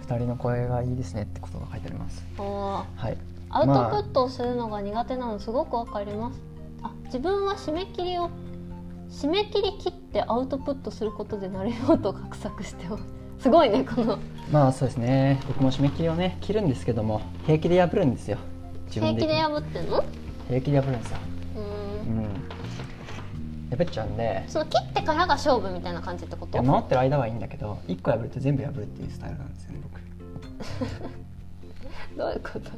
二人の声がいいですねってことが書いてありますおおー、はいアウトプットをするのが苦手なのすごくわかります。あ、自分は締め切りを締め切り切ってアウトプットすることでなるようと画策してます。すごいねこのまあそうですね僕も締め切りをね切るんですけども平気で破るんですよ自平分で気で破ってんの？う平気で破るんですよー。うんん破っちゃうんでその切ってからが勝負みたいな感じってこいとや？守ってる間はいいんだけど一個破ると全部破るっていうスタイルなんですよねどういうこと？僕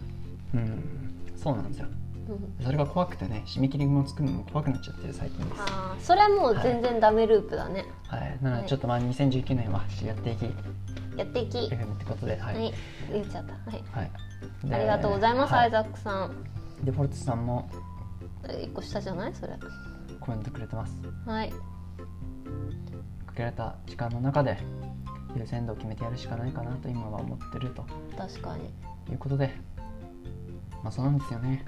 うんそうなんですようん。それが怖くてね締め切りも作るのも怖くなっちゃってる最近ですああ、それはもう全然ダメループだね。はいなのでちょっとまあ2019年はやっていきやっていき。 FM ってことでは、はいい、言っちゃった。はい。はい、ありがとうございます、アイい、ザックさん。でフォルツさんも一個下じゃない、それ。コメントくれてますはい。かけられた時間の中で優先度を決めてやるしかないかなと今は思ってると確かに。いうことでまあそうなんですよね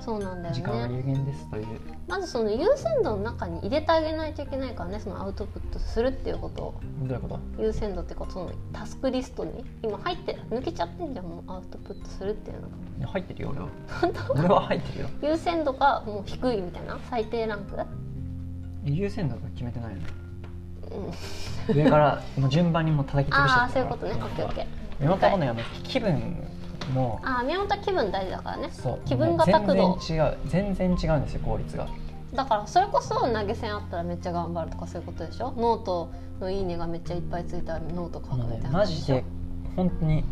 そうなんだ時間はよね有限ですというまずその優先度の中に入れてあげないといけないからねそのアウトプットするっていうことをどういうこと優先度っていうかそのタスクリストに今入って抜けちゃってんじゃんもうアウトプットするっていうのがいや入ってるよ俺は俺は入ってるよ <laughs> 優先度がもう低いみたいな最低ランク優先度が決めてないのうん、上 <laughs> からもう順番にもう叩き潰してああそういうことねオッケーオッケー目元のやもう気分もああ宮本は気分大事だからねそう気分型駆動全然違う全然違うんですよ効率がだからそれこそ投げ銭あったらめっちゃ頑張るとかそういうことでしょノートの「いいね」がめっちゃいっぱいついたらノート書くもうみねたいなマ話ジしょで本当に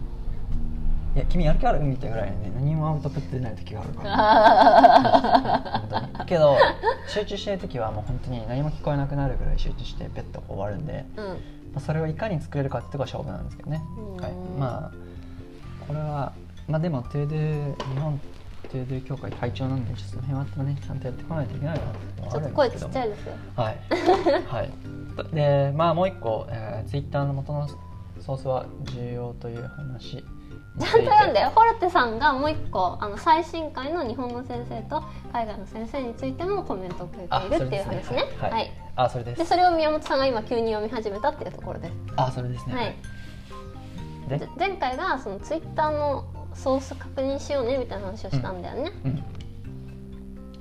いや君やる気あるみたいなぐらいね何もアウトプット出ない時があるから <laughs> 本当にけど集中してる時はもう本当に何も聞こえなくなるぐらい集中してペット終わるんで、うんまあ、それをいかに作れるかってとこが勝負なんですけどね、うんはい、まあこれはまあでもトゥードゥ日本トゥードゥ協会会長なんでちょっとその辺はねちゃんとやってこないといけないなってのはちょあるんっとです声けちどっもちゃいですよ <laughs> はい、はい、でまあもう一個、えー、ツイッターの元のソースは重要という話ちゃんと読んでホルテさんがもう一個あの最新回の日本の先生と海外の先生についてもコメントをくれあていそるれっていでうす話ねねは、はいい、あそれですでそれを宮本さんが今急に読み始めたっていうところです、あそれですねはいでで前回がそのツイッターのソース確認しようねみたいな話をしたんだよね、うん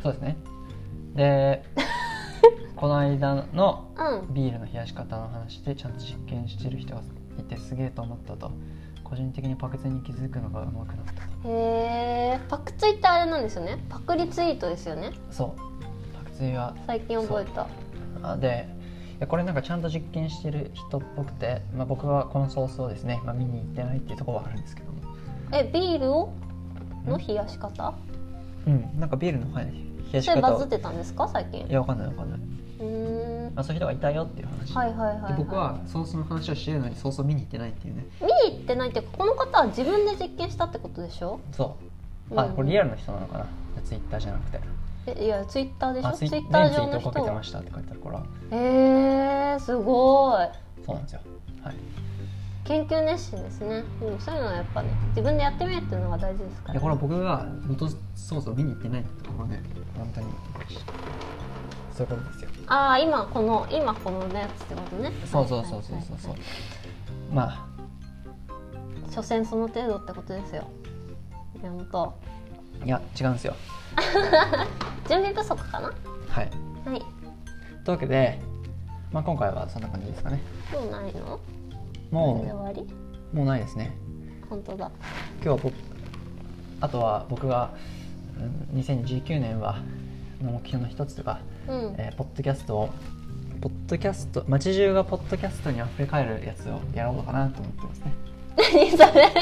そうですね <laughs> でこの間のうん、ビールの冷やし方の話でちゃんと実験してる人がいてすげえと思ったと個人的にパクツに気づくのがうまくなったへえパクツイってあれなんですよねパクリツイートですよねそうパクツは最近覚えたあでいやこれなんかちゃんと実験してる人っぽくて、まあ、僕はこのソースをですね、まあ、見に行ってないっていうところはあるんですけどもえビールをのん冷やし方うんなんかビールのはい冷やしそれ方バズっをてたんですか最近いやわかんないわかんない、うーんまあ、そういう人がいたよっていう話、はいはいはい、で僕はソースの話をしてるのにソースを見に行ってないっていうね見に行ってないっていうかこの方は自分で実験したってことでしょそうあうんこれリアルの人なのかなツイッターじゃなくてえいやツイッターでしょあツツイイッッタターー上上のの人人かけてましたって書いてあるからへえー、すごいそうなんですよはい研究熱心ですねでもそういうのはやっぱね自分でやってみるっていうのが大事ですかいやらこれは僕が元ソースを見に行ってないってところで本当にそういうことですよああ今この今このやつってことねそうそうそうそうそうそう、はいはいまあはい所詮その程度ってことですよ宮本いや違うんですよ準備不足かなはいはいというわけで、まあ、今回はそんな感じですかねもうないのそれでも終わりうもうないですね本当だ今日は僕あとは僕がうん2019年はの目標の一つとか、 <laughs> うんえーポッドキャストをポッドキャスト街中がポッドキャストにあふれ返るやつをやろうかなと思ってますね何それ <laughs>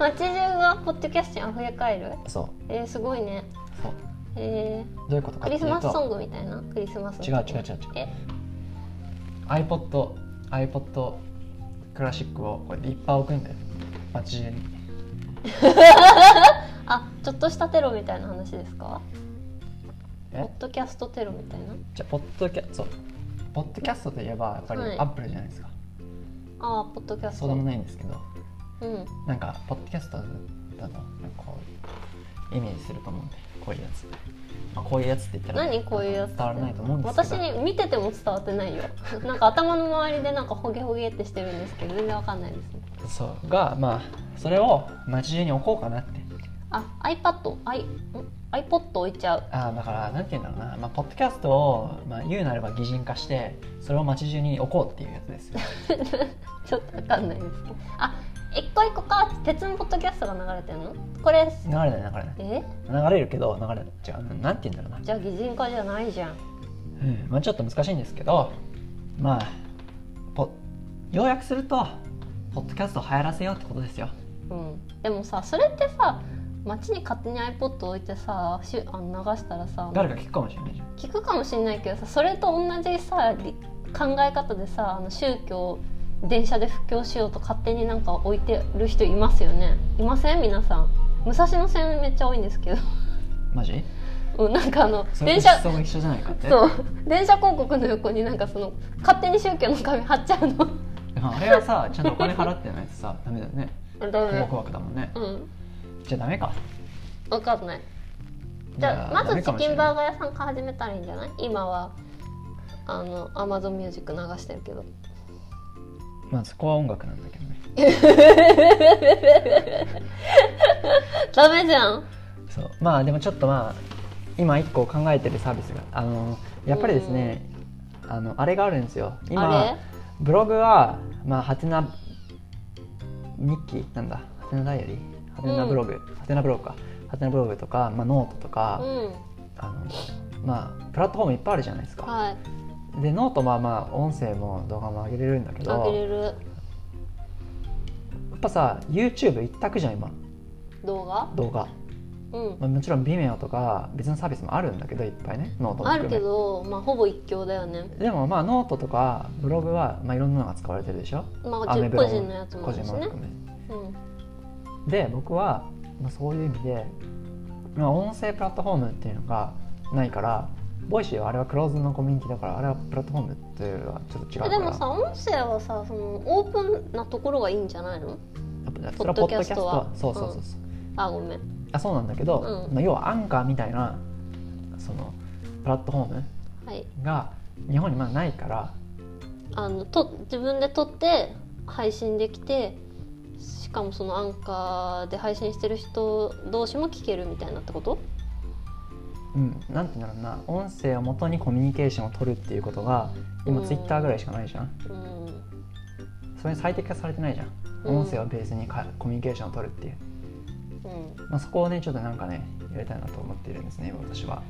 街中がポッドキャストにあふれ返るそうえー、すごいねそうえどういうことー、かクっていリうスとマスソングみたいなクリスマス違う違う違う違うえ iPod iPod クラシックをこうやっていっぱい置くんだよ街中にあちょっとしたテロみたいな話ですかポえッドキャストテロみたいなじゃあポッドキャそうポッドキャストといえばやっぱりはいアップルじゃないですか、ああポッドキャストそうでもないんですけどうんなんかポッドキャストだとなんかこうイメージすると思うんでこういうやつ、まあ、こういうやつって言ったら何こういうやつって伝わらないと思うんですけ私どに見てても伝わってないよ <laughs> なんか頭の周りでなんかホゲホゲってしてるんですけど全然わかんないですねそうがまあそれを街中に置こうかなってあ iPad アイん iPod 置いちゃう <laughs> あーだからなんて言うんだろうな、まあ、ポッドキャストを、まあ、言うなれば擬人化してそれを街中に置こうっていうやつですよちょっとわかんないですけどあ一個一個か鉄のポッドキャストが流れてるのこれ流れない流れないえ流れるけど流れない違うなんて言うんだろうなじゃあ擬人化じゃないじゃんうんまあ、ちょっと難しいんですけどまあポ要約するとポッドキャストを流行らせようってことですようんでもさそれってさ街に勝手に iPod 置いてさしあの流したらさ誰か聞くかもしれないじゃん聞くかもしれないけどさそれと同じさり考え方でさあの宗教電車で布教しようと勝手になんか置いてる人いますよねいません皆さん武蔵野線めっちゃ多いんですけど <laughs> マジうんなんかあのそれ電と車思想が一緒じゃないかってそう電車広告の横になんかその勝手に宗教の紙貼っちゃうのでもあれはさちゃんとお金払ってないとさダメだよねダ迷メ惑枠だもんねうんじゃあダメか分かんないじゃあまずチキンバーガー屋さんから始めたらいいんじゃない今はあのアマゾンミュージック流してるけ <laughs> どーまあそこは音楽なんだけどねダメじゃんそうまあでもちょっとまあ今一個考えてるサービスがあのやっぱりですね、あのあれがあるんですよあ今れブログはまあハテナ日記なんだハテナダイアリーハテナブログ、ハテナブログかハテナブログとか、まあ、ノートとか、うんあのまあプラットフォームいっぱいあるじゃないですか、はいでノートまあまあ音声も動画も上げれるんだけどあげれやるっぱさ YouTube 一択じゃん今動画動画、うんまあ、もちろん Vimeo とか別のサービスもあるんだけどいっぱいねノートもある含めけどまあほぼ一強だよねでもまあノートとかブログはまあいろんなのが使われてるでしょまあア個メブロも人のやつもあ個る人しもね含めうんで僕はまあそういう意味でまあ音声プラットフォームっていうのがないからボイシーはあれはクローズのコミュニティだからあれはプラットフォームっていうのはちょっと違うからでもさ音声はさそのオープンなところがいいんじゃないのやっぱそポれはッポドッキドャキャスストトははそうそうそうそうあごめんあそうなんだけど、うんまあ要はアンカーみたいなそのプラットフォームはいが日本にまだないからあのと自分で撮って配信できてしかもそのアンカーで配信してる人同士も聞けるみたいなってことうん、なんていうんだろうな音声をもとにコミュニケーションを取るっていうことが今うんツイッターぐらいしかないじゃんうんそれに最適化されてないじゃん、うん音声をベースにかコミュニケーションを取るっていう、うんまあ、そこをねちょっとなんかねやりたいなと思っているんですね今私は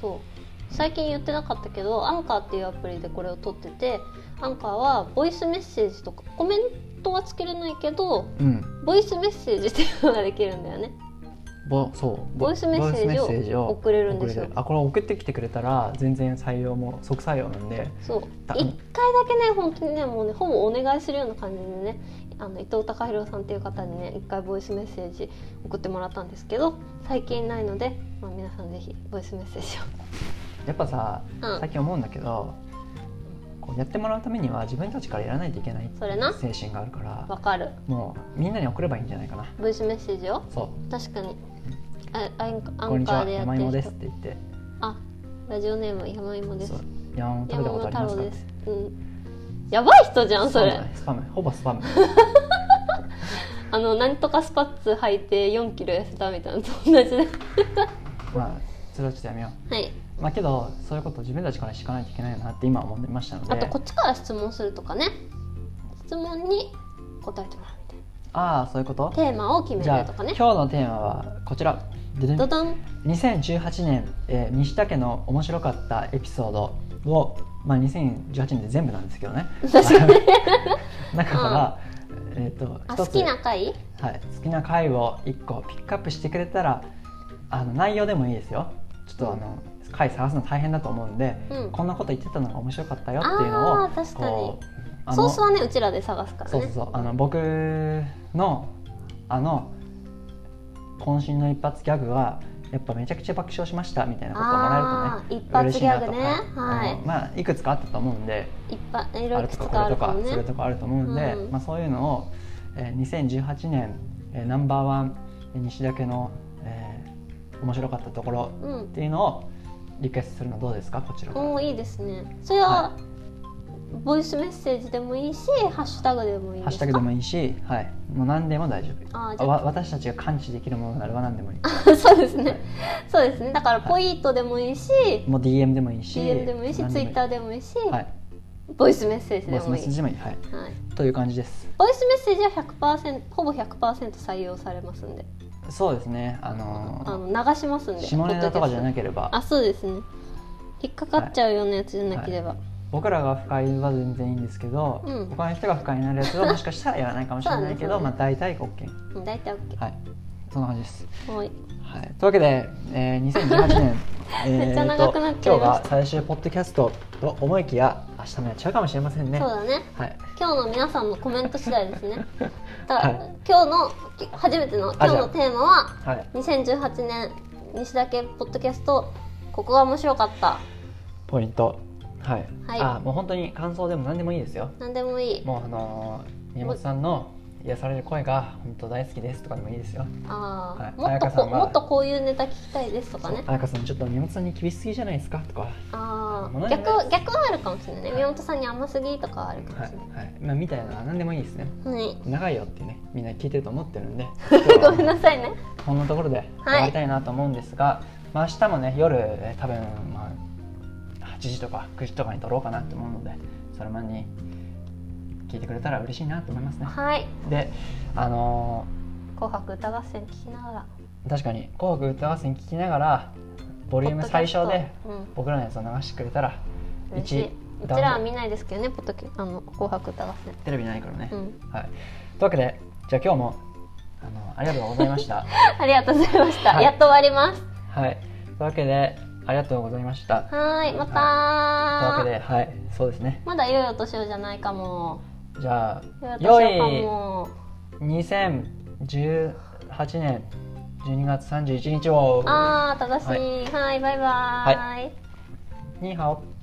そう最近言ってなかったけどアンカーっていうアプリでこれを撮っててアンカーはボイスメッセージとかコメントはつけれないけどうんボイスメッセージっていうのができるんだよねぼそうぼボイスメッセージボイをスメッセ送れるんですよ送れあこれ送ってきてくれたら全然採用も即採用なんでそうだ1回だけね本当にねもうねほぼお願いするような感じでねあの伊藤貴弘さんっていう方にね1回ボイスメッセージ送ってもらったんですけど最近ないので、まあ、皆さんぜひボイスメッセージやっぱさを、うん最、近思うんだけどこうやってもらうためには自分たちからやらないといけないそれな精神があるからわかるもうみんなに送ればいいんじゃないかなボイスメッセージをそ確かにあアンう「アこんンにちカーはでやって山る芋人です」って言ってあラジオネーム山芋ですそう山芋食べ山たこ芋とあり太ますか郎っでてす、うん、やばい人じゃんそれうだねスパムほぼスパムあのなんとかスパッツ履いて4キロ痩せたみたいなのと同じではまあそれはちょっとやめよいうまあけどそういうことを自分たちからしかないといけないなって今思いましたのであとこっちから質問するとかね質問に答えてもらうみたいああそういうことなテーマを決めじゃあるとかね今日のテーマはこちらででんドドン2018年、えー西田家の面白かったエピソードを、まあ、2018年で全部なんですけどね <laughs> 中から、えー、とあ一好つきな回はい、好きな回を1個ピックアップしてくれたらあの内容でもいいですよちょっとあの回探すの大変だと思うんで、うんこんなこと言ってたのが面白かったよっていうのをあー確かにこうあのソースはねうちらで探すからねそうそうそうあの僕のあの渾身の一発ギャグはやっぱめちゃくちゃ爆笑しましたみたいなことをもらあえーるとね一発ギャグね嬉しいなとはいあのまあいくつかあったと思うんでいっぱいいろあいろれいくとかつかこあれるとかからそれねとかあると思うんで、うんまあ、そういうのを、えー2018年、えーナンバーワンえー西田家の、えー面白かったところうっんていうのをリクエストするのどうですかこちらからおーいいですねそれは、ボイスメッセージでもいいしハッシュタグでもいいハッでシュタすかグでもいいし、はい、もう何でも大丈夫あーじゃあわ私たちが感知できるものならば何でもいい <laughs> そうですね。そうですね。だからポイートでもいいし、もう DM でもいいし DM でもいいし、ツイッターでもいいし、はいボイスメッセージボでイスもメいッい。セージでもいい、はい、はい。という感じですボイスメッセージは100%ほぼ100%採用されますんで、そうですねああのの流しますんーで。下ネタとかじゃなくければあ、そうですね。引っかかっちゃうようなやつじゃなければ、僕らが不快は全然いいんですけど、うん他の人が不快になるやつはもしかしたらやらないかもしれないけど、そうねそうねまあ大体 OK うん大体オッケはいそんな感じです、ー。はい。はい、というわけで、えー、2018年 <laughs> めっちゃ長くなっちゃえーと今日いましたが最終ポッドキャストと思いきや明日もやっちゃうかもしれませんねそうだね。はい今日の皆さんのコメント次第です <laughs> ね。たはだ、い今日のき初めての今日のテーマははい2018年西田家ポッドキャストここが面白かったポイントはい、はいあもう本当に感想でも何でもいいですよ何でもいいもうあのー宮本さんの癒される声が本当大好きですとかでもいいですよ。ああ、はいもっと彩香さこんはもっとこういうネタ聞きたいですとかそうね彩香さんちょっと宮本さんに厳しすぎじゃないですかとか、はあ物あにより逆ます逆はあるかもしれないねはい宮本さんに甘すぎとかはあるかもしれいはいまあ、みたいな何でもいいですね。ない、はい長いよってねみんな聞いてると思ってる <laughs> んでごめんなさいねこんなところで終わりたいなと思うんですが、まあ、明日もね夜えー多分、まあ、8時とか9時とかに撮ろうかなと思うのでそれまでに聞いてくれたら嬉しいなと思いますね。はいであの「紅白歌合戦」聞きながらー確かに「紅白歌合戦」聞きながらボリューム最小でポッドキャストうん僕らのやつを流してくれたら嬉しい。う一ちらは見ないですけどね、ポッドキャあの紅白歌合戦。テレビないからね。うん、はい、というわけでじゃあ今日もあのありがとうございま <laughs> した。ありがとうございました。はいやっと終わります。はい。というわけで、ありがとうございました。というはーい、まわけたー。で、はい、そうですね。まだ良いお年をじゃないかも。じゃあ、良良いお年をかいも。 2018年12月31日を、あー、正しい。はい、バイバーイ。にはお。